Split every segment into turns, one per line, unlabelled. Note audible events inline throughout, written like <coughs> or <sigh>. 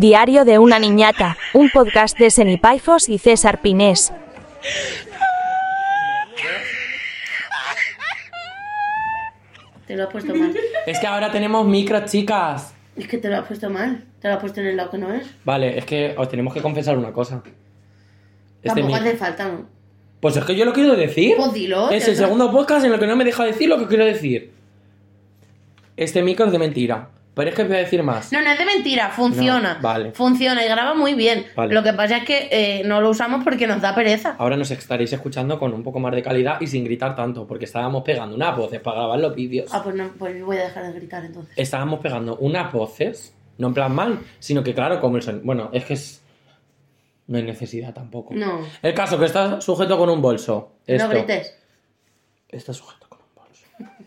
Diario de una niñata, un podcast de Senipaifos y César Pinés.
Te lo has puesto mal.
Es que ahora tenemos micros, chicas.
Es que te lo has puesto mal. Te lo has puesto en el lado que no es.
Vale, es que os tenemos que confesar una cosa. Este
Tampoco
mic-
hace falta, ¿no?
Pues es que yo lo quiero decir.
Pues dilo,
es
ya
el
está.
segundo podcast en el que no me deja decir lo que quiero decir. Este micro es de mentira. Pero es que voy a decir más.
No, no es de mentira, funciona.
No, vale.
Funciona y graba muy bien.
Vale.
Lo que pasa es que eh, no lo usamos porque nos da pereza.
Ahora nos estaréis escuchando con un poco más de calidad y sin gritar tanto, porque estábamos pegando unas voces para grabar los vídeos.
Ah, pues no, pues voy a dejar de gritar entonces.
Estábamos pegando unas voces, no en plan mal, sino que claro, como el son... Bueno, es que es... No hay necesidad tampoco.
No.
El caso que estás sujeto con un bolso. Esto.
No grites.
Está sujeto con un bolso.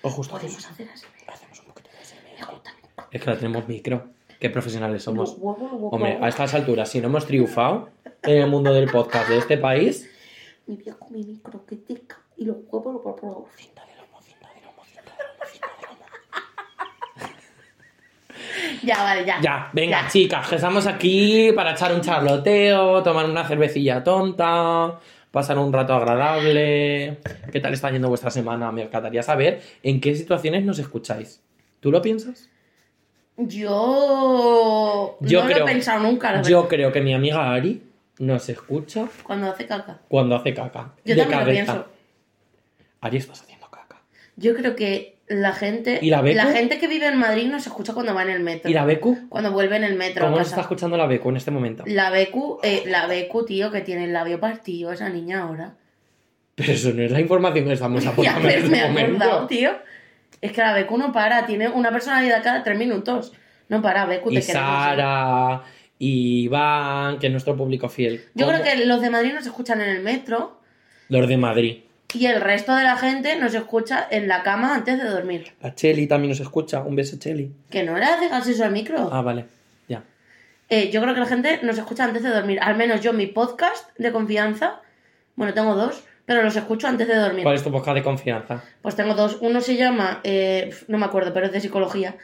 O justo
Podemos
así.
hacer así.
Hacemos un poquito de SMR. Es que ahora tenemos micro. Qué profesionales
Los
somos.
huevos, los huevos.
Hombre, a estas alturas, si no hemos triunfado en el mundo del podcast de este país.
Mi viejo, mi micro, que tica. Y los huevos, los huevos.
Cinta de lomo, cinta de lomo, cinta de lomo, cinta de lomo. <laughs>
Ya, vale, ya.
Ya, venga,
Ya.
chicas, que estamos aquí para echar un charloteo, tomar una cervecilla tonta, pasar un rato agradable. ¿Qué tal está yendo vuestra semana? Me encantaría saber en qué situaciones nos escucháis. ¿Tú lo piensas?
Yo.
Yo
no lo
creo-
he pensado nunca, la
Yo
verdad.
creo que mi amiga Ari nos escucha
Cuando hace caca.
cuando hace caca.
Yo
de
también lo
cabeza.
pienso.
Ari, estás haciendo caca.
Yo creo que la gente.
¿Y la Beco?
gente que vive en Madrid nos escucha cuando va en el metro.
¿Y la Becu?
Cuando vuelve en el metro.
¿Cómo
a
nos
casa.
está escuchando la Becu en este momento?
La Becu, eh, la Becu, tío, que tiene el labio partido, esa niña
<laughs>
ahora.
Pero eso no es la información que
<laughs>
estamos
Ya
aportando en
ves, me
este
he acordado,
momento.
tío. Es que la Becu no para, tiene una personalidad cada tres minutos. No para, Becu, te
Y
queremos.
Sara, y Iván, que es nuestro público fiel.
Yo
¿Cómo?
creo que los de Madrid nos escuchan en el metro
Los de Madrid.
y el resto de la gente nos escucha en la cama antes de dormir.
La Cheli también nos escucha. Un beso, Cheli.
Que no era dejarse eso al micro.
Ah, vale. Ya.
Eh, yo creo que la gente nos escucha antes de dormir. Al menos yo mi podcast de confianza, bueno, tengo dos, pero los escucho antes de dormir.
¿Cuál es tu podcast de confianza? <laughs>
Pues tengo dos. Uno se llama, eh, pf, no me acuerdo, pero es de psicología.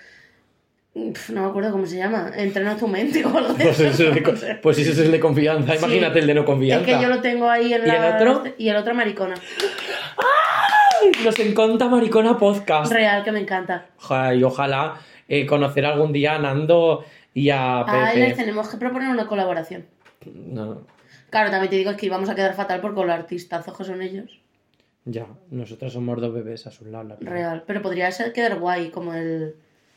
Pf, no me acuerdo cómo se llama. Entrena tu mente o algo de
<laughs> Pues
eso.
eso es
<laughs>
de,
No sé.
co- pues eso es de confianza.
Sí.
Imagínate el de no
Es
confianza.
que yo lo tengo ahí en
¿Y el
la-
otro?
Y el otro maricona.
Nos encanta Maricona Podcast.
Real, que me encanta.
Ojalá, y ojalá eh, conocer algún día a Nando y a
A Ah, él les
Pepe.
tenemos que proponer una colaboración.
No,
Claro, también te digo es que íbamos a quedar fatal por con los artistazos que son ellos.
ya, nosotros somos dos bebés a sus lados. la verdad.
Real. Pero podría ser quedar guay como el,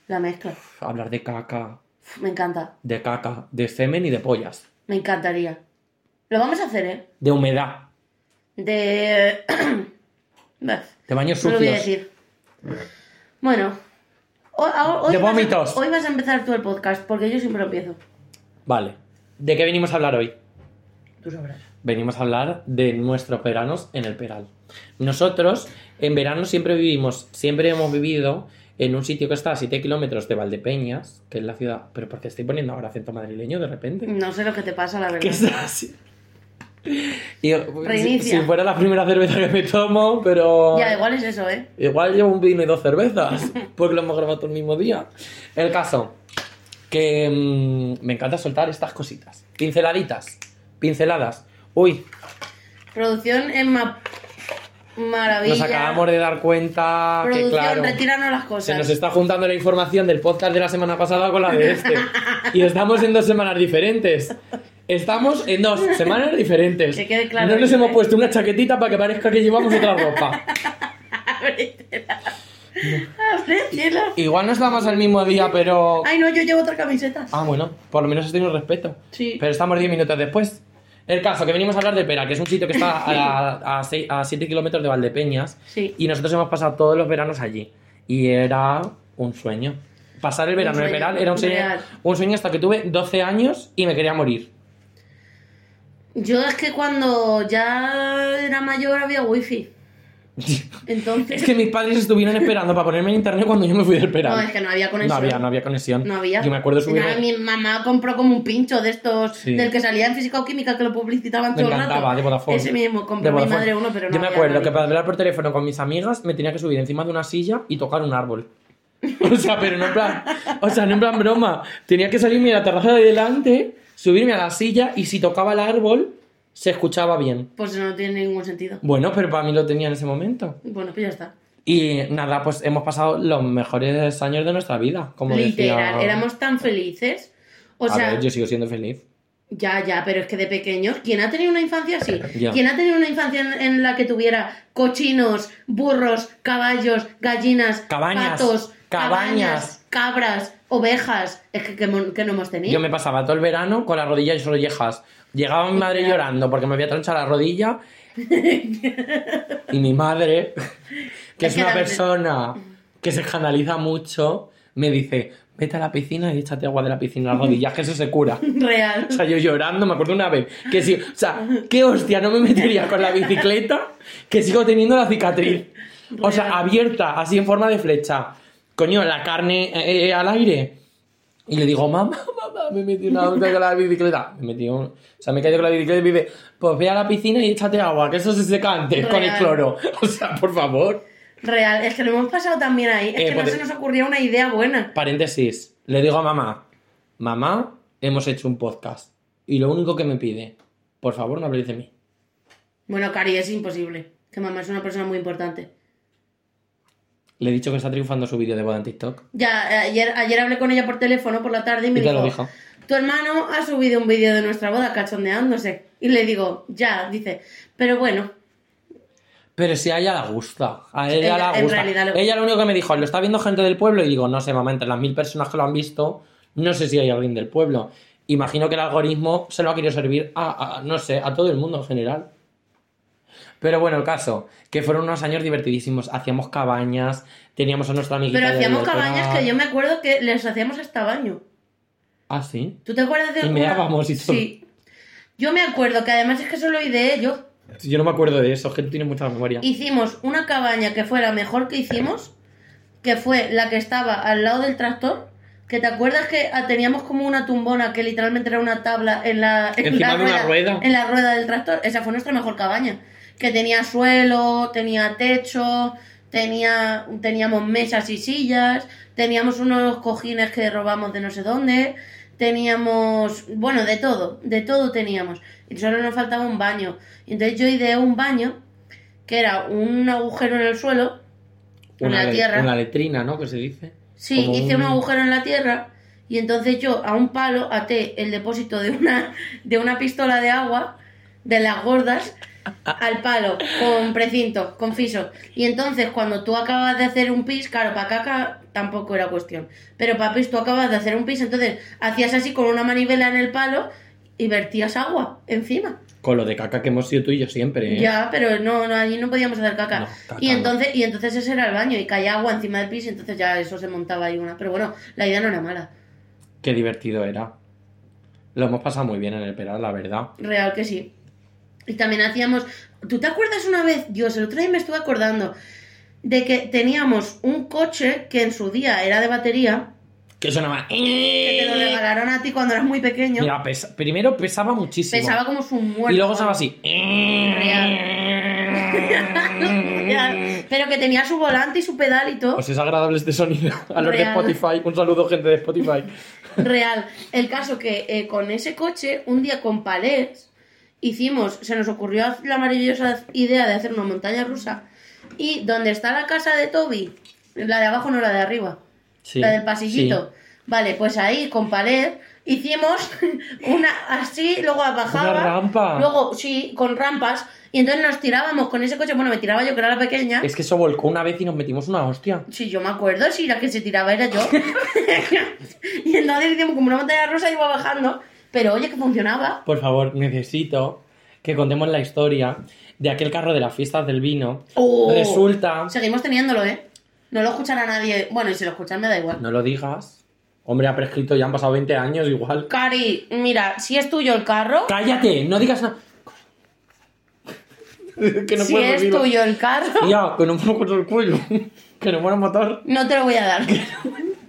la mezcla.
Uf, Hablar de caca,
Pf, Me encanta.
de caca, de semen y de pollas.
Me encantaría. Lo vamos a hacer, ¿eh?
De humedad,
De. <clears throat> Bah,
de baños
no lo voy a
sucios.
decir. Bueno. ho- ho- Hoy,
De
vas a-
vómitos.
Hoy vas a empezar tú el podcast, porque yo siempre lo empiezo.
Vale. ¿De qué venimos a hablar hoy?
Tú sabrás.
Venimos a hablar de nuestros veranos en el Peral. Nosotros en verano siempre vivimos, siempre hemos vivido en un sitio que está a 7 kilómetros de Valdepeñas, que es la ciudad. Pero porque estoy poniendo ahora acento madrileño de repente.
No sé lo que te pasa, la
¿Qué
verdad. <laughs>
está así? Y, si,
Reinicia.
si fuera la primera cerveza que me tomo, pero.
Ya, igual es eso, ¿eh?
Igual llevo un vino y
<laughs>
dos cervezas, porque lo hemos grabado todo el mismo día. El caso, que mm, me encanta soltar estas cositas. Pinceladitas, pinceladas. Uy,
Producción es ma... maravilla.
nos acabamos de dar cuenta que,
Producción,
claro,
retíranos las
se
cosas. <laughs>
nos está juntando la información del podcast de la semana pasada con la de este. Y estamos en dos semanas diferentes. Estamos en dos semanas diferentes.
Que quede claro
no nos
eso,
hemos
¿eh?
puesto una chaquetita para que parezca que llevamos otra
<laughs>
ropa.
Ábretela. Ábretela.
Igual no estamos el mismo día, pero
Ay, no, yo llevo otra camiseta.
Ah, bueno, por lo menos has tenido respeto.
Sí.
Pero estamos 10 minutos después. El caso, que venimos a hablar de Pera, que es un sitio que está a, 7 kilómetros de Valdepeñas.
Sí.
Y nosotros hemos pasado todos los veranos allí. Y era un sueño. Pasar el verano en
sueño,
Peral era un sueño,
real.
un sueño hasta que tuve 12 años y me quería morir. <laughs>
Yo es que cuando ya era mayor había wifi. Entonces.
Es que mis padres estuvieron esperando para ponerme en internet cuando yo me fui del Peral.
No, es que no había
No
conexión.
había, no había conexión.
No había.
Yo me acuerdo
Nada,
subirme...
mi mamá compró como un pincho de estos,
Sí.
del que salía en física o química, que lo publicitaban
Me
todo el
encantaba,
rato.
de Vodafone.
Ese mismo,
De
compró mi
Vodafone.
madre uno, pero no
Yo me
había
acuerdo
nadie.
que para hablar por teléfono con mis amigas me tenía que subir encima de una silla y tocar un árbol. <laughs> O sea, pero no en plan, o sea, no en plan broma. Tenía que salirme a la terraza de delante, subirme a la silla y si tocaba el árbol, se escuchaba bien.
Pues no tiene ningún sentido.
Bueno, pero para mí lo tenía en ese momento.
Bueno, pues ya está.
Y nada, pues hemos pasado los mejores años de nuestra vida. Como
Literal,
decía-
éramos tan felices. O
a
sea,
ver, yo sigo siendo feliz.
ya, ya, pero es que de pequeños, ¿quién ha tenido una infancia así?
<laughs> Ya.
¿Quién ha tenido una infancia en, en la que tuviera cochinos, burros, caballos, gallinas,
Cabañas,
patos,
cabañas.
cabañas, cabras, ovejas? Es que, que mon- que no hemos tenido.
Yo me pasaba todo el verano con las rodillas rollejas. Llegaba mi madre llorando porque me había tronchado la rodilla. y mi madre, que es
Es que
una
la-
persona que se escandaliza mucho, me dice, vete a la piscina y échate agua de la piscina a las rodillas, que eso se cura.
Real.
O sea, yo llorando, me acuerdo una vez que sí, o sea, qué hostia, no me metería con la bicicleta que sigo teniendo la cicatriz. O sea, abierta, así en forma de flecha. Coño, la carne eh, eh, al aire. Y le digo, mamá, mamá, me metí una hostia con la bicicleta. Me metí un... O sea, me caí con la bicicleta y me dice, pues ve a la piscina y échate agua, que eso se seca antes con el
Real.
cloro. <laughs> O sea, por favor.
Real, es que lo hemos pasado también ahí. Es
Eh,
que
pues-
no se nos ocurría una idea buena.
Paréntesis, le digo a mamá, mamá, hemos hecho un podcast. Y lo único que me pide, por favor, no habléis de mí.
Bueno, Cari, es imposible. Que mamá es una persona muy importante.
Le he dicho que está triunfando su vídeo de boda en TikTok.
Ya, eh, ayer, ayer hablé con ella por teléfono por la tarde y me
Y te
dijo,
lo dijo.
tu hermano ha subido un vídeo de nuestra boda cachondeándose. Y le digo, ya, dice, pero bueno,
Pero si a ella la gusta. A ella,
Ella,
la
en
gusta.
realidad, lo-
Ella lo único que me dijo, lo está viendo gente del pueblo. Y digo, no sé, mamá, entre las mil personas que lo han visto, no sé si hay alguien del pueblo. Imagino que el algoritmo se lo ha querido servir a, a- no sé, a todo el mundo en general. Pero bueno, el caso, que fueron unos años divertidísimos. Hacíamos cabañas, teníamos a nuestra amiguita.
pero
de
hacíamos
Alcalá.
cabañas que yo me acuerdo que les hacíamos hasta baño.
Ah, sí.
¿Tú te acuerdas de
Y
alguna?
meábamos y todo.
Sí. Yo me acuerdo que además es que solo ideé yo.
Yo no me acuerdo de eso, es que tú tienes mucha memoria.
Hicimos una cabaña que fue la mejor que hicimos, que fue la que estaba al lado del tractor. Que te acuerdas que ah, teníamos como una tumbona que literalmente era una tabla en la, en
Encima
la
de una rueda.
en la rueda del tractor. Esa fue nuestra mejor cabaña. Que tenía suelo, tenía techo, tenía, teníamos mesas y sillas, teníamos unos cojines que robamos de no sé dónde, teníamos, bueno, de todo, de todo teníamos. Y solo nos faltaba un baño. Y entonces yo ideé un baño que era un agujero en el suelo, en la
le-
tierra.
una letrina, ¿no? Que se dice.
Sí,
Como
hice un...
un-
agujero en la tierra y entonces yo a un palo até el depósito de una, de una pistola de agua de las gordas al palo con precinto, con fiso. Y entonces cuando tú acabas de hacer un pis, claro, para caca tampoco era cuestión, pero para pis tú acabas de hacer un pis, entonces hacías así con una manivela en el palo y vertías agua encima.
Con lo de caca que hemos sido tú y yo siempre. ¿eh?
Ya, pero no, no, allí no podíamos hacer caca.
No, caca
y
no.
entonces, y entonces ese era el baño, y caía agua encima del piso, entonces ya eso se montaba ahí una. Pero bueno, la idea no era mala.
Qué divertido era. Lo hemos pasado muy bien en el Peral, la verdad.
Real que sí. Y también hacíamos. ¿Tú te acuerdas una vez? Dios, el otro día me estuve acordando de que teníamos un coche que en su día era de batería,
Que sonaba.
que te lo
Mira,
regalaron a ti cuando eras muy pequeño.
pesa- primero pesaba muchísimo.
Pesaba como su muerto.
y luego sonaba así. <laughs>
Real. Pero que tenía su volante y su pedal y todo.
Os es agradable este sonido. A los de
Real.
Spotify. Un saludo, gente
<laughs>
de Spotify.
Real. El caso que eh, con ese coche, un día con palés, hicimos, se nos ocurrió la maravillosa idea de hacer una montaña rusa. Y donde está la casa de Toby, la de abajo no la de arriba,
Sí,
la del pasillito.
sí.
Vale, pues ahí con palés hicimos <laughs> una así, luego bajaba.
Una rampa.
Luego, sí, con rampas. Y entonces nos tirábamos con ese coche. Bueno, me tiraba yo que era la pequeña.
Es que eso volcó una vez y nos metimos una hostia.
Sí, yo me acuerdo, si la que se tiraba era yo. <laughs> y entonces hicimos como una montaña rusa iba bajando, pero oye, que funcionaba.
Por favor, necesito que contemos la historia de aquel carro de las fiestas del vino.
Oh.
Resulta.
Seguimos teniéndolo, ¿eh? No lo escuchará nadie. Bueno, y si lo escuchan me da igual.
No lo digas. Hombre, ha prescrito, ya han pasado 20 años igual.
Cari, mira, si es tuyo el carro,
¡Cállate! ¡No digas nada! <laughs> que
si es tuyo el carro,
Ya, que no puedo cortar el cuello. <laughs> que nos van a matar.
no te lo voy a dar.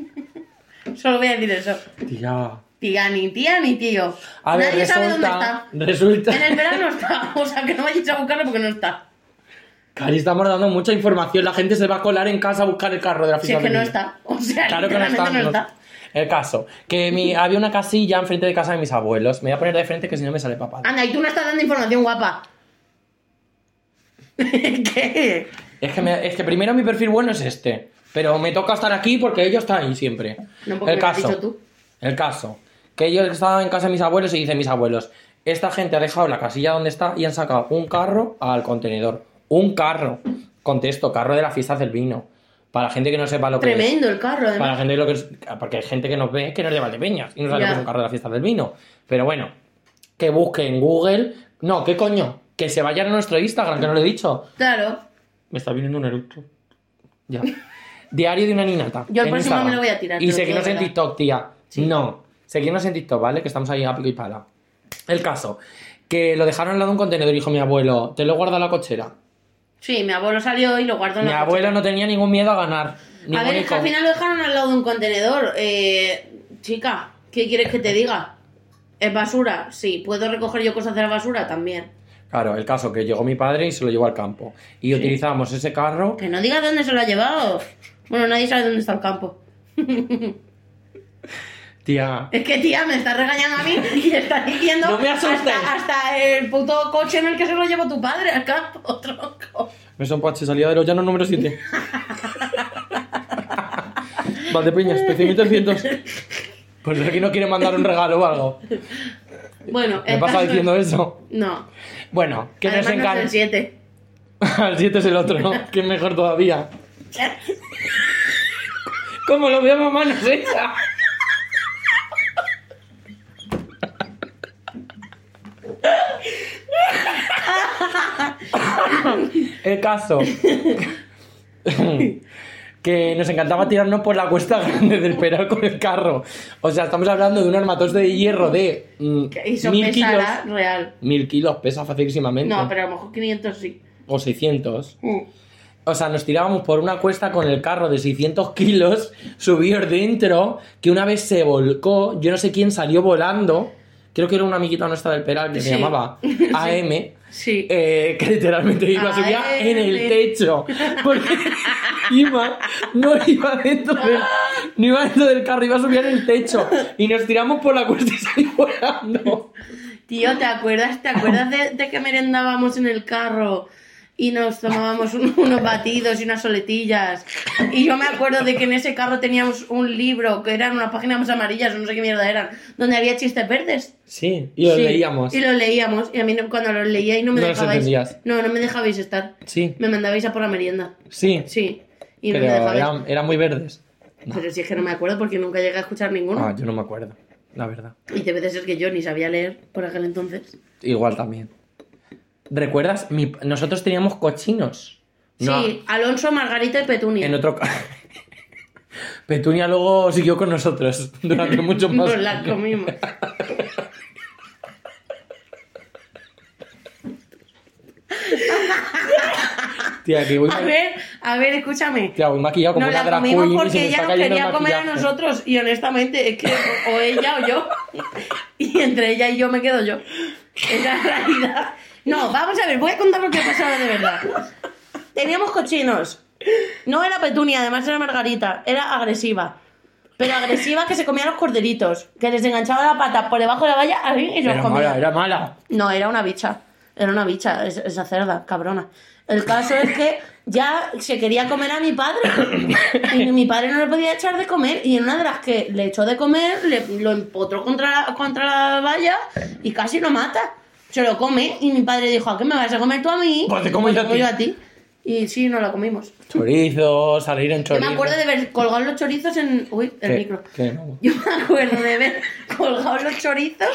<laughs> Solo voy a decir eso.
Tía.
Tía, ni tía, ni tío.
A ver,
nadie
resulta.
sabe dónde está.
<laughs>
<laughs>
Resulta.
En el verano no está. O sea, que no vayáis a buscarlo porque no está.
Cari, estamos dando mucha información. La gente se va a colar en casa a buscar el carro de la
Si
fiesta
es que no
del niño.
está. O sea,
Claro que no
literalmente
está.
no
no-
está.
El caso, que mi, había una casilla enfrente de casa de mis abuelos. Me voy a poner de frente que si no me sale papá.
Anda, y tú no estás dando información guapa. <laughs> ¿Qué?
Es que, me- es que primero mi perfil bueno es este. Pero me toca estar aquí porque ellos están ahí siempre.
No, porque
el
lo has
caso.
dicho tú.
El caso. Que ellos estaban en casa de mis abuelos y dicen mis abuelos, esta gente ha dejado la casilla donde está y han sacado un carro al contenedor. Un carro. Contesto, carro de la fiesta del vino. Para la gente que no sepa lo que es.
Tremendo el carro, además.
Para la gente lo que es- porque hay gente que nos ve que no es de Valdepeñas y no sabe
Ya.
lo que es un carro de la fiesta del vino. Pero bueno, que busque en Google. No, ¿qué coño? Que se vayan a nuestro Instagram, que no lo he dicho.
Claro.
Me está viniendo un eructo. Ya. <laughs> Diario de una ninata.
Yo el
en
próximo
Instagram.
me lo voy a tirar, te
Y
lo
seguirnos
digo,
en
¿verdad?
TikTok, tía. No. Seguirnos en TikTok, ¿vale? Que estamos ahí a pico y pala. El caso. Que lo dejaron al lado de un contenedor, dijo mi abuelo. Te lo guarda la cochera.
Sí, mi abuelo salió y lo guardó en
mi
la
abuelo no tenía ningún miedo a ganar.
coche. A
ningún
ver, es que al
hijo.
final lo dejaron al lado de un contenedor. Eh, chica, ¿qué quieres que te diga? ¿Es basura? Sí. ¿Puedo recoger yo cosas de la basura? También.
Claro, el caso que llegó mi padre y se lo llevó al campo. Y utilizamos ese carro.
Que no diga dónde se lo ha llevado. Bueno, nadie sabe dónde está el campo.
Tía.
Es que tía, me estás regañando a mí y estás diciendo
No me asustes.
hasta, hasta el puto coche en el que se lo llevó tu padre al campo, <laughs> tronco.
Me son pache, salida de los llanos
<laughs>
número 7. Valdepeñas, 13.300. Pues aquí no quiere mandar un regalo o algo.
Bueno,
Me
el
pasa
caso es-
diciendo eso.
No.
Bueno, que
Además,
nos
no es el
encanta.
7.
<laughs> Al 7 es el otro, ¿no? Que es mejor todavía. Como lo veo, mamá, nos echa. El caso. Que nos encantaba tirarnos por la cuesta grande del peral con el carro. O sea, estamos hablando de un armatoste de hierro de mm,
Y eso
mil kilos.
pesará real.
Mil kilos pesa facilísimamente.
No, pero a lo mejor 500 sí.
O 600. O sea, nos tirábamos por una cuesta con el carro de 600 kilos, <laughs> subidos dentro, que una vez se volcó, yo no sé quién salió volando, creo que era una amiguita nuestra del Peral que
<laughs>
se
Sí.
llamaba AM,
Sí.
eh, que literalmente iba, subía en el
AM.
techo, porque <laughs> iba, no iba dentro del, no iba dentro del carro, iba a subir en el techo, y nos tiramos por la cuesta y salí volando.
Tío, ¿te acuerdas, te acuerdas de, de que merendábamos en el carro y nos tomábamos un- unos batidos y unas soletillas? Y yo me acuerdo de que en ese carro teníamos un libro que eran unas páginas amarillas, no sé qué mierda eran, donde había chistes verdes.
Sí, y lo
Sí,
leíamos.
Y los leíamos. Y a mí no- cuando los leíais no me
No los
dejabais.
entendías.
No, no me dejabais estar.
Sí,
Me mandabais a por la merienda.
sí,
Sí. Y no
pero
me dejabais.
eran, eran muy verdes.
Pero si es que no me acuerdo porque nunca llegué a escuchar ninguno.
Ah, yo no me acuerdo, la verdad.
Y debe de ser que yo ni sabía leer por aquel entonces.
Igual también. ¿Recuerdas? Mi- Nosotros teníamos cochinos. No,
Sí, Alonso, Margarita y Petunia.
En otro ca- <laughs> Petunia luego siguió con nosotros <laughs> durante
<laughs>
mucho más. <laughs>
Nos la comimos.
Tía, que voy,
A
ma-
ver, a ver, escúchame.
tía, voy maquillado como
Nos
una
la
drag
comimos
queen y se me
porque ella
está
nos
cayendo el
quería comer a
maquillaje.
nosotros y honestamente es que o o ella o yo. Y entre ella y yo me quedo yo. Es la realidad. No, vamos a ver, voy a contar lo que ha pasado de verdad. Teníamos cochinos. No era Petunia, además era Margarita. Era agresiva. Pero agresiva que se comía los corderitos. Que les enganchaba la pata por debajo de la valla así, y los
Era
comía.
mala, era mala.
No, era una bicha. Era una bicha, es- esa cerda, cabrona. El caso es que ya se quería comer a mi padre. Y mi padre no le podía echar de comer. Y en una de las que le echó de comer, le, lo empotró contra la, contra la valla y casi lo mata. Se lo come y mi padre dijo, ¿a qué me vas a comer tú a mí?
Pues te como yo a ti".
Y sí, nos la comimos.
Chorizo, salir en
Yo
chorizo.
me acuerdo de ver colgar los chorizos en... Uy, el
Que-
micro.
que no.
Yo me acuerdo de ver colgados los chorizos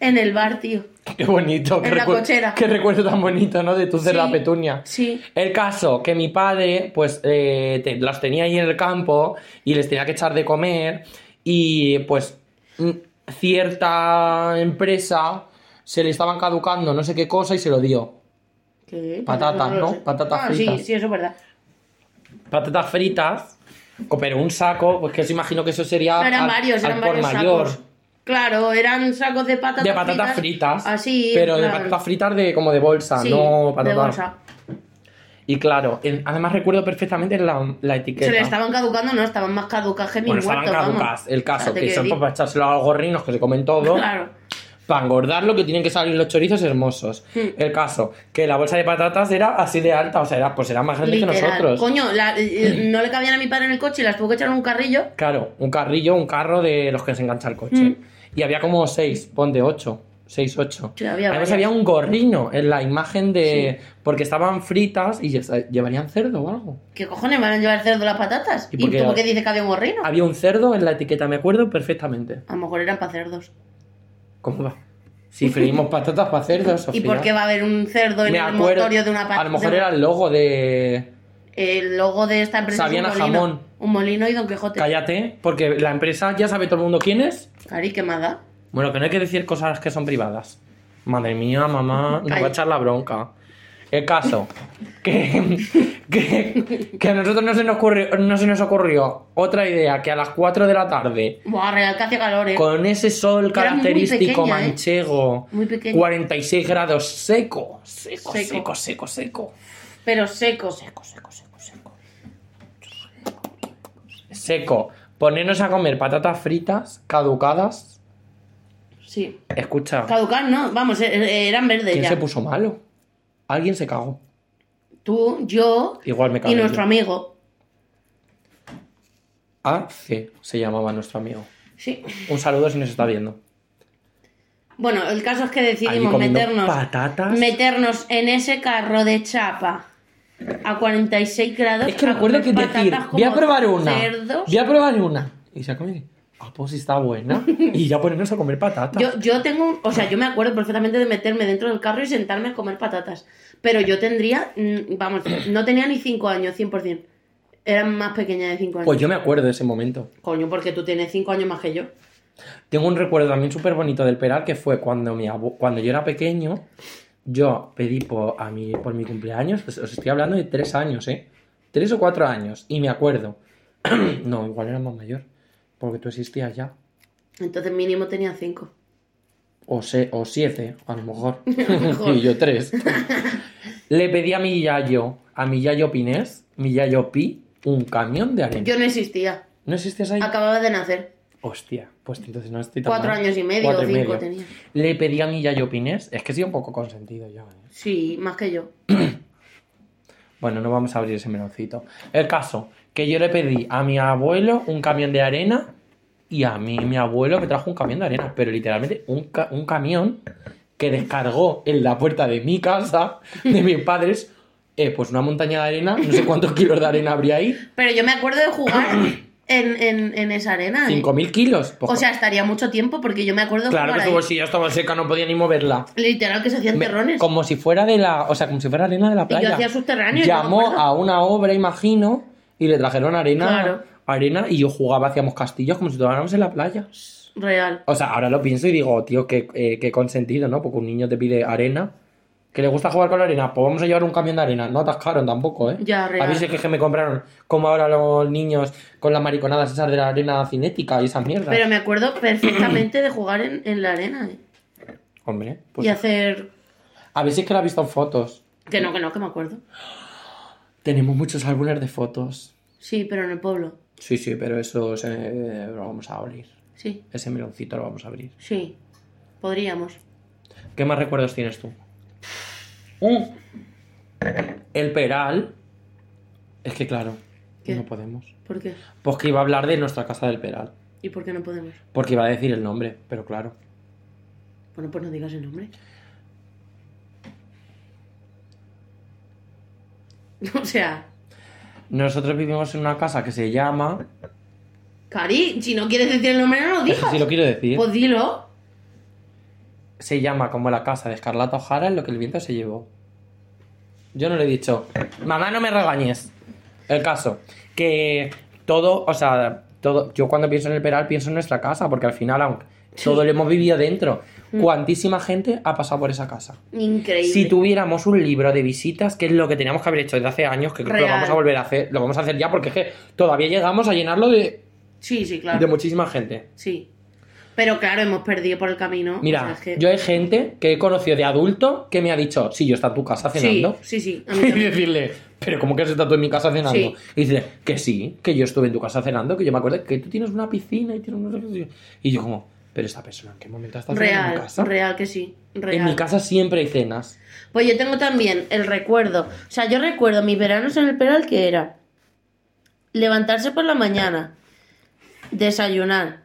en el bar, tío.
Qué bonito, qué,
En la
recuer-
cochera.
qué recuerdo tan bonito, ¿no? De tu cerda
Sí,
petunia.
sí.
El caso, que mi padre, pues, eh, te- las tenía ahí en el campo y les tenía que echar de comer y, pues, mm, cierta empresa se le estaban caducando no sé qué cosa y se lo dio.
¿Qué?
Patatas,
lo
¿no?
sé.
Patatas
ah, Sí,
fritas.
sí, eso es verdad.
Patatas fritas, co- pero un saco, pues que se imagino que eso sería
No, eran
al-
varios,
al
eran
por
varios
mayor.
sacos. Claro, eran sacos de patatas
De
fritas.
patatas fritas.
Así,
Pero de
claro.
patatas fritas de como de bolsa,
Sí,
no patatas.
de bolsa.
Y claro, en- además recuerdo perfectamente la, la etiqueta.
Se le estaban caducando, no, estaban más caducas que mi
bueno,
huerto,
estaban
vamos.
caducas. El caso,
O sea, te
que
quiero
son
decir-
para echárselo a los gorrinos que se comen todo.
Claro.
Para engordar lo que tienen que salir los chorizos hermosos.
Hmm.
El caso, que la bolsa de patatas era así de alta, o sea, era, pues era más grande que
Literal.
nosotros.
Coño, la- eh,
<clears throat>
no le cabían a mi padre en el coche y las tuvo que echar en un carrillo.
Claro, un carrillo, un carro de los que se engancha el coche.
Mm.
Y había como seis, ponte ocho, seis, ocho.
Sí, había
Además
varias.
había un gorrino en la imagen de... Porque estaban fritas y ya sa- llevarían cerdo o algo.
¿Qué cojones van a llevar cerdo las patatas?
¿Y
¿Y,
por qué
tú
era-
por qué dices que había un gorrino?
Había un cerdo en la etiqueta, me acuerdo perfectamente.
A lo mejor eran para cerdos.
¿Cómo va? Si freímos patatas para cerdo,
¿Y
Sofía.
por qué va a haber un cerdo en
Me
el
acuerdo-
motorio de una patata?
A lo mejor era el logo de...
El logo de esta empresa
Sabían
es
a
un molino.
jamón.
Un molino y Don Quijote.
Cállate, porque la empresa ya sabe todo el mundo quién es.
Cari, ¿qué más da?
Bueno, que no hay que decir cosas que son privadas. Madre mía, mamá, nos va a
Calla.
echar la bronca. El caso, <laughs> que, que, que a nosotros no se, nos ocurrió, no se nos ocurrió otra idea que a las 4 de la tarde,
Buah, real que hace calor, eh.
con ese
Era
sol
muy
característico
pequeña, ¿eh?
manchego,
Muy pequeño.
46 grados, seco,
Seco.
seco, seco, seco, seco,
Pero seco, seco, seco, seco, seco.
seco. Ponernos a comer patatas fritas, caducadas.
Sí.
Escucha,
Caducar, no. Vamos, eh, eh, eran verdes
¿quién
ya.
se puso malo? Alguien se cagó.
Tú, yo
Igual me cago.
y
yo.
nuestro amigo.
AC se llamaba nuestro amigo.
Sí.
Un saludo si nos está viendo.
Bueno, el caso es que
Allí
decidimos
comiendo
meternos
patatas.
meternos en ese carro de chapa a 46 grados.
Es que
a
me acuerdo
comer
que decir,
patatas
voy a
como
probar una.
cerdos.
Voy a probar una. Y se come. Ah, pues sí
<laughs>
está buena. Y ya ponernos a comer patatas.
Yo, yo tengo, un- o sea, yo me acuerdo perfectamente de meterme dentro del carro y sentarme a comer patatas. Pero yo tendría, mm, vamos, no tenía ni 5 años, 100%. Era más pequeña de 5 años.
Pues yo me acuerdo de ese momento.
Coño, porque tú tienes 5 años más que yo.
Tengo un recuerdo también súper bonito del Peral que fue cuando, mi abu- cuando yo era pequeño. Yo pedí por, a mi, por mi cumpleaños, pues, os estoy hablando de tres años, ¿eh? Tres o cuatro años, y me acuerdo. <clears throat> no, igual era más mayor, porque tú existías ya.
Entonces mínimo tenía 5.
O, se- o siete, a lo
<laughs>
mejor.
mejor.
<laughs> y yo tres. Le pedí a mi yayo, a mi yayo Pinés, mi yayo Pi, un camión de arena.
Yo no existía.
¿No existes ahí?
Acababa de nacer.
Hostia, pues entonces no estoy tan
Cuatro
mal.
años y medio
Cuatro
o
y
cinco
medio.
tenía.
Le pedí a mi yayo Pinés, es que soy un poco consentido yo. ¿eh?
Sí, más que yo.
Bueno, no vamos a abrir ese meloncito. El caso, que yo le pedí a mi abuelo un camión de arena y a mí, mi abuelo me trajo un camión de arena, pero literalmente un, ca- un camión que descargó en la puerta de mi casa, de mis padres, eh, pues una montaña de arena, no sé cuántos kilos de arena habría ahí,
Pero yo me acuerdo de
<coughs>
jugar en, en- en esa arena. ¿eh?
5.000 kilos. Pues,
O sea, estaría mucho tiempo porque yo me acuerdo
claro que
jugar
su
ahí.
bolsilla estaba seca, no podía ni moverla.
Literal que se hacían
Me-
terrones.
como si fuera de la, o sea, como si fuera arena de la playa.
hacía subterráneo y yo me
Llamó
acuerdo.
a una obra, imagino, y le trajeron arena,
Claro.
arena y yo jugaba, hacíamos castillos como si estuviéramos en la playa.
Real.
O sea, ahora lo pienso y digo, tío, qué, eh, qué consentido, ¿no? Porque un niño te pide arena. Que le gusta jugar con la arena, pues vamos a llevar un camión de arena. No atascaron tampoco, ¿eh?
Ya, real.
A mí sí que, es que me compraron, como ahora los niños con las mariconadas esas de la arena cinética y esas mierdas.
Pero me acuerdo perfectamente de jugar en, en la arena. ¿eh?
Hombre, pues.
y hacer.
A ver si es que la he visto en fotos.
Que no, que no, que me acuerdo.
Tenemos muchos álbumes de fotos.
Sí, pero en el pueblo.
Sí, sí, pero eso se- eh, lo vamos a abrir.
Sí,
Ese meloncito lo vamos a abrir.
sí. Podríamos.
¿Qué más recuerdos tienes tú? Mm. El Peral. Es que claro,
¿Qué?
no podemos.
¿Por qué?
Pues que iba a hablar de nuestra casa del Peral.
¿Y por qué no podemos?
Porque iba a decir el nombre, pero claro.
Bueno, pues no digas el nombre. <laughs> O sea,
Nosotros vivimos en una casa que se llama.
Cari, si no quieres decir el nombre, no lo
Es que
digas.
sí lo quiero decir.
Pues dilo.
Se llama como la casa de Escarlata O'Hara en lo que el viento se llevó. Yo no le he dicho, mamá, no me regañes. El caso, que todo, o sea, todo, yo cuando pienso en el Peral pienso en nuestra casa, porque al final, aunque todo lo hemos vivido dentro, cuantísima gente ha pasado por esa casa.
Mm. Increíble.
Si tuviéramos un libro de visitas, que es lo que teníamos que haber hecho desde hace años, que creo que lo
Real.
vamos a volver a hacer, lo vamos a hacer ya porque es que todavía llegamos a llenarlo de,
Sí, sí, claro.
de muchísima gente.
Sí. Pero claro, hemos perdido por el camino.
Mira,
O sea, es que-
yo hay gente que he conocido de adulto que me ha dicho, sí, yo estaba en tu casa
sí,
cenando.
sí, sí. a mí
<laughs> Y
también.
decirle, pero ¿cómo que has estado tú en mi casa cenando?
Sí.
Y dice, que sí, que yo estuve en tu casa cenando, que yo me acuerdo que tú tienes una piscina y tienes no sé qué". Y yo como, pero esta persona, ¿en qué momento está cenando en mi
Real,
casa?
real que sí. Real.
En mi casa siempre hay cenas.
Pues yo tengo también el recuerdo. O sea, yo recuerdo mis veranos en el Peral que era levantarse por la mañana, desayunar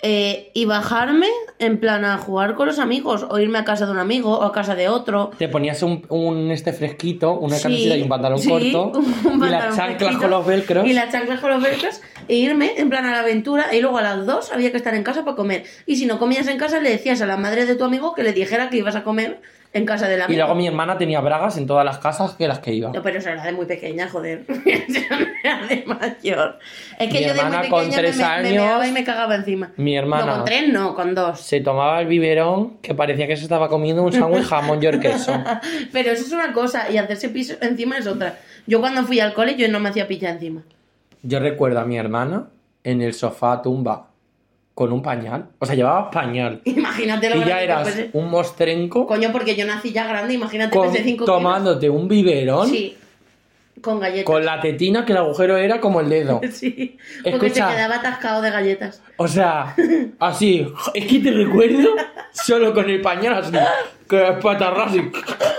eh, y bajarme en plan a jugar con los amigos o irme a casa de un amigo o a casa de otro.
Te ponías un, un este fresquito, una
Sí,
camiseta y un pantalón
sí,
corto,
<laughs> un
y
pantalón
las chanclas
fresquito,
con los velcros.
Y las chanclas con los velcros e irme en plan a la aventura y luego a las dos había que estar en casa para comer. Y si no comías en casa le decías a la madre de tu amigo que le dijera que ibas a comer en casa del
Y
amigo.
luego mi hermana tenía bragas en todas las casas que las que iba.
No, pero eso era de muy pequeña, joder. <laughs> Eso era de mayor. Es que
Mi
yo de muy
hermana
pequeña
con
me-
tres
me, me
años-
meaba y me cagaba encima.
Mi hermana
No, con tres no, con dos. <laughs>
se tomaba el biberón que parecía que se estaba comiendo un sándwich jamón y queso.
Pero eso es una cosa y hacerse piso encima es otra. Yo cuando fui al cole yo no me hacía pilla encima. <laughs>
Yo recuerdo a mi hermana en el sofá tumba con un pañal. O sea, llevaba pañal.
Imagínate lo
Y
grande pues,
ya
que
eras
fuese.
un mostrenco
Coño, porque yo nací ya grande, imagínate,
con-
pesé cinco
tomándote
kilos.
un biberón
Sí, con galletas.
con la tetina que el agujero era como el dedo.
<laughs> Sí, porque
Escucha.
se quedaba atascado de galletas.
O sea, así. Es que te recuerdo solo con el pañal así. Que es patarra así.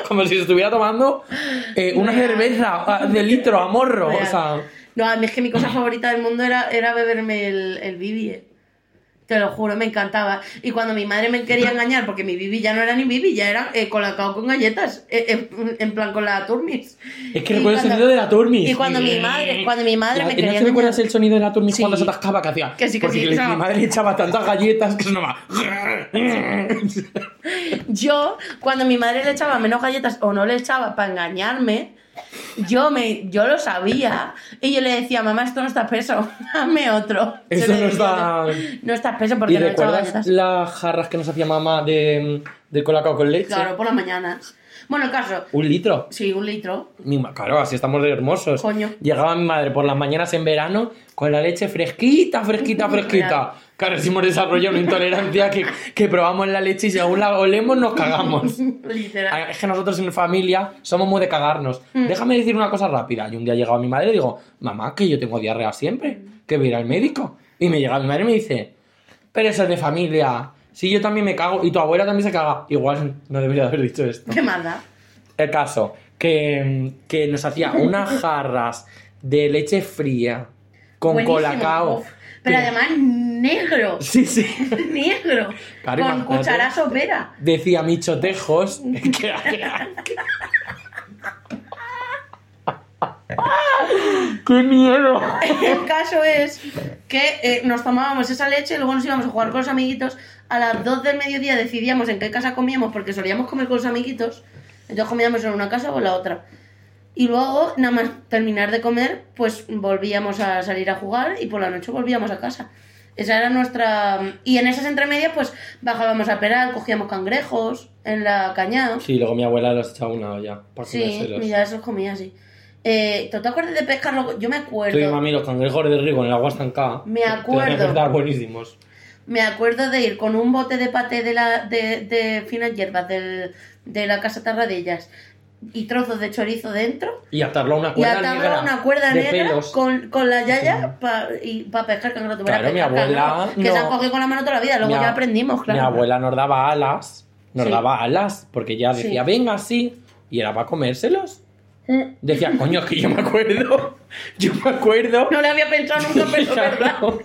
Como si estuviera tomando eh, una cerveza ah, de litro a morro. O
Real.
sea,
No, a mí es que mi cosa favorita del mundo era, era beberme el, el bibi. eh. Te lo juro, me encantaba. Y cuando mi madre me quería engañar, porque mi bibi ya no era ni bibi, ya era eh, colacao con galletas. eh, eh, en plan con la turmis.
es que
Y
recuerdo el
cuando-
sonido de la turmis.
Y cuando mi madre, cuando mi madre
La-
me
¿No
quería
te recuerdas
engañar-
el sonido de la turmis
Sí.
cuando se atascaba que hacía?
Que sí, que
Porque
sí,
le-
no.
mi madre echaba tantas galletas que sonaba.
Yo, cuando mi madre le echaba menos galletas o no le echaba para engañarme, yo, me, yo lo sabía. Y yo le decía, mamá, esto no está peso, <laughs> dame otro. Yo
Eso
le
no
decía,
está-
No está peso porque
¿Y
no le echaba
recuerdas
galletas.
las jarras que nos hacía mamá de, de colacao con leche?
Claro, por las mañanas. Bueno, el caso,
Un litro.
sí, un litro. <laughs>
Mi ma- claro, así estamos de hermosos.
Coño.
Llegaba mi madre por las mañanas en verano con la leche fresquita,
<laughs>
fresquita, fresquita. Claro, sí hemos desarrollado una intolerancia que, que probamos la leche y según la olemos nos cagamos.
Literal.
Ah, Es que nosotros en familia somos muy de cagarnos.
Hmm.
Déjame decir una cosa rápida. Y un día llegaba mi madre y digo, mamá, que yo tengo diarrea siempre,
Hmm.
que voy a ir al médico. Y me llega mi madre y me dice, pero eso es de familia. Si yo también me cago y tu abuela también se caga. Igual no debería haber dicho esto.
¿Qué más da?
El caso, que, que nos
<laughs>
hacía unas jarras de leche fría con
Buenísimo.
colacao.
Uf. Pero además negro. <laughs>
Sí, sí.
Negro.
Claro,
con
imagínate.
cuchara sopera. <laughs>
Decía Michotejos que ¡Qué miedo!
<laughs> El caso es que eh, nos tomábamos esa leche, luego nos íbamos a jugar con los amiguitos. A las 2 del mediodía decidíamos en qué casa comíamos, porque solíamos comer con los amiguitos. Entonces comíamos en una casa o en la otra. Y luego, nada más terminar de comer, pues volvíamos a salir a jugar y por la noche volvíamos a casa. Esa era nuestra... Y en esas entremedias, pues bajábamos a peral, cogíamos cangrejos en la cañada.
Sí, luego mi abuela los echaba a una olla para
Sí,
comérselos.
mira, esos comía así. Eh, ¿Tú te acuerdas de pescarlo? Yo me
Tú y
acuerdo.
mami, los cangrejos de río con el agua estancada.
Me
te van a
acuerdo.
resultar buenísimos.
Me acuerdo de ir con un bote de paté de, la, de, de finas hierbas del- de la casa Tarradellas y trozos de chorizo dentro
Y atarlo a una
y
cuerda
atarlo
negra.
a una cuerda
de
negra
pelos.
con, con la yaya para pescar cangrejo. Tú verás
Claro, mi
pescar
abuela
cangrejo, Que se
no-
han cogido con la mano toda la vida, luego
Mi
ya
ab-
aprendimos, claro.
Mi abuela nos daba alas, nos
Sí.
daba alas, porque ya decía,
Sí.
venga, sí, y era para comérselos. Decía, coño, es que yo me acuerdo, <laughs> yo me acuerdo.
<laughs> No le había pensado
<laughs>
nunca, pero es verdad.
claro,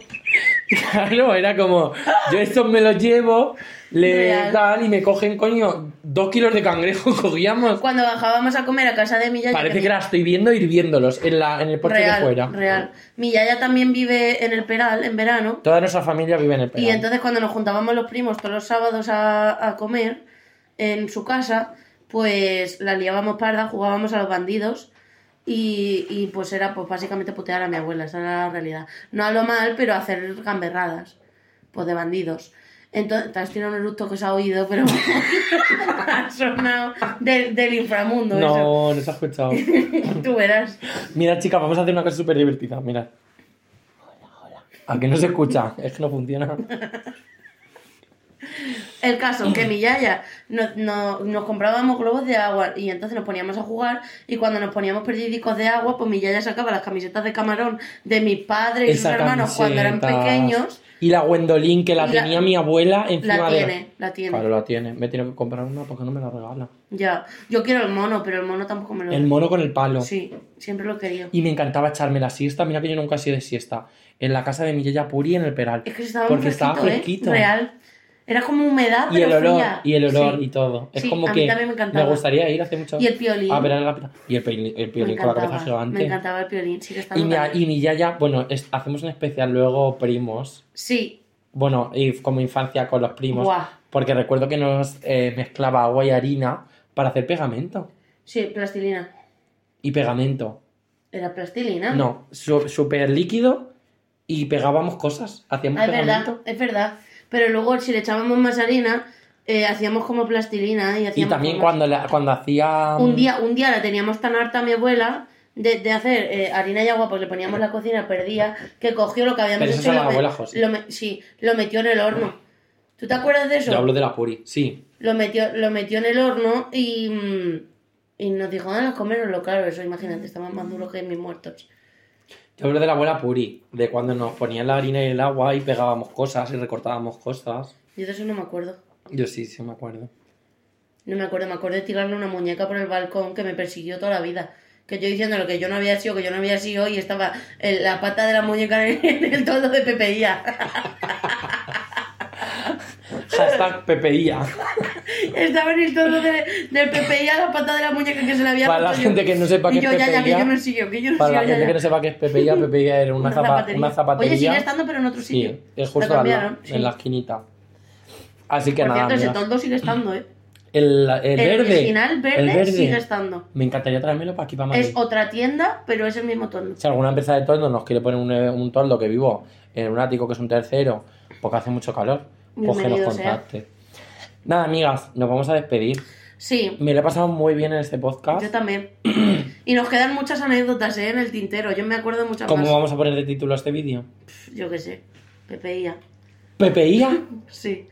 claro, era como, yo estos me los llevo, le
Real.
dan y me cogen, coño, dos kilos de cangrejo <laughs> cogíamos.
Cuando bajábamos a comer a casa de mi yaya...
Parece
que-
que la estoy viendo hirviéndolos en, la, en el porche
real,
de fuera.
real. Mi yaya también vive en el Peral, en verano,
Toda nuestra familia vive en el
Y
Peral.
entonces cuando nos juntábamos los primos todos los sábados a, a comer en su casa, pues la liábamos parda, jugábamos a los bandidos y, y, pues era pues básicamente putear a mi abuela, esa era la realidad. No hablo mal, pero hacer gamberradas, pues de bandidos. Entonces, te has tirado un eructo que se ha oído, pero <laughs> ha sonado del, del inframundo eso.
No, no se ha escuchado.
<laughs> Tú verás.
Mira, chica, vamos a hacer una cosa súper divertida. Mira. Hola, hola. ¿A que no se escucha? Es que no funciona.
El caso, que mi yaya no, no- nos comprábamos globos de agua y entonces nos poníamos a jugar y cuando nos poníamos perdidicos de agua, pues mi yaya sacaba las camisetas de camarón de mis padres y sus
Esa
hermanos cuando eran
camiseta.
pequeños.
Y la Gwendolyn que la,
Y la-
tenía mi abuela encima
La
de
tiene, la tiene.
Claro, la tiene. Me tiene que comprar una porque no me la regala.
Ya. Yo quiero el mono, pero el mono tampoco me lo
El mono con el palo.
Sí, siempre lo quería.
Y me encantaba echarme la siesta. Mira que yo nunca he sido de siesta. En la casa de mi yaya Puri en el Peral.
Es que estaba
Porque
muy fresquito,
estaba
¿eh?
fresquito.
Real. Era como humedad,
Y
pero
el olor,
fría.
y el olor
Sí.
y todo. Es
Sí,
como
a mí
que
también me encantaba.
me gustaría ir hace mucho
Y el piolín.
a ver a la Y el piolín, el
me,
piolín con la cabeza
encantaba, me
gigante.
encantaba el violín, sí que estaba
Y mi,
muy
y mi yaya, bueno, es- hacemos un especial luego primos.
Sí,
Bueno, y como infancia con los primos.
guau.
Porque recuerdo que nos eh, mezclaba agua y harina para hacer pegamento.
Sí, plastilina.
Y pegamento.
Era plastilina.
No, su- súper líquido y pegábamos cosas. Hacíamos
Ah, es verdad,
pegamento.
es verdad. Pero luego si le echábamos más harina, eh, hacíamos como plastilina y
Y
hacíamos
también
como-
cuando, la- cuando hacía.
un día, un día la teníamos tan harta mi abuela de, de hacer eh, harina y agua, pues le poníamos la cocina perdía, que cogió lo que habíamos
Pero eso
hecho y
es
lo,
la abuela José.
lo me- sí, lo metió en el horno. ¿Tú te acuerdas de eso?
mm, Yo hablo de la puri. Sí.
Lo metió, lo metió en el horno y, mm, y nos dijo, ah, comérnoslo, claro, eso imagínate, estaban más duros que mis muertos.
Yo hablo de la abuela puri. De cuando nos ponían la harina y el agua y pegábamos cosas y recortábamos cosas.
Yo de eso no me acuerdo.
Yo sí, sí me acuerdo.
No me acuerdo, me acuerdo de tirarle una muñeca por el balcón que me persiguió toda la vida. Que yo diciendo lo que yo no había sido, que yo no había sido, y estaba en la pata de la muñeca en el toldo de Pepeía.
Hashtag PPIA.
Estaba en el toldo de, del Pepeía, la pata de la muñeca que se la había
Para la
roto yo.
gente que no sepa qué
Y
es
yo, ya, ya, que yo
PPIA.
no sigo, que yo no
<laughs> Para la
sigo, ya,
gente
ya.
que no sepa qué es PPIA, PPIA era una, zapa- una zapatería.
Oye, sigue estando, pero en otro sitio.
Sí, es
La
justo al lado,
cambiaron, sí.
en la esquinita. Así que
Por
nada,
cierto, ese
mira.
toldo sigue estando, ¿eh?
el, el verde.
original verde,
el verde.
sigue estando.
Me encantaría traérmelo para aquí, para Madrid.
Es otra tienda, pero es el mismo toldo.
Si alguna empresa de toldo nos quiere poner un, eh, un toldo que vivo en un ático que es un tercero, porque hace mucho calor, pues que nos
Bienvenido sea.
contacte. Nada, amigas, nos vamos a despedir.
Sí,
Me lo he pasado muy bien en este podcast.
yo también. Y nos quedan muchas anécdotas ¿eh? en el tintero. Yo me acuerdo muchas
¿Cómo
más.
vamos a poner de título a este vídeo?
Yo qué sé. Pepeía. <laughs>
¿PPIA?
Sí.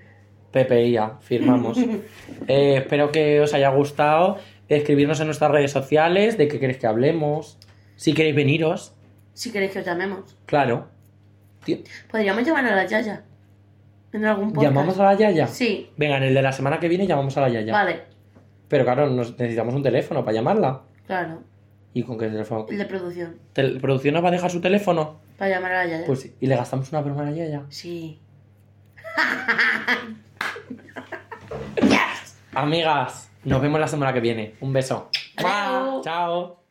PPIA,
<laughs>
firmamos. Eh, espero que os haya gustado. Escribirnos en nuestras redes sociales de qué queréis que hablemos. Si queréis veniros,
Si queréis que os llamemos.
claro. Ti-
Podríamos llamar a la Yaya. En algún podcast.
¿Llamamos a la Yaya?
Sí.
Venga, en el de la semana que viene llamamos a la Yaya.
Vale.
Pero claro, nos necesitamos un teléfono para llamarla.
Claro.
¿Y con qué teléfono?
El de producción.
¿Tel- ¿Producción nos va a dejar su teléfono?
Para llamar a la Yaya.
Pues sí. y le gastamos una broma a la Yaya.
Sí.
Amigas, nos vemos la semana que viene. Un beso.
Adiós.
Chao.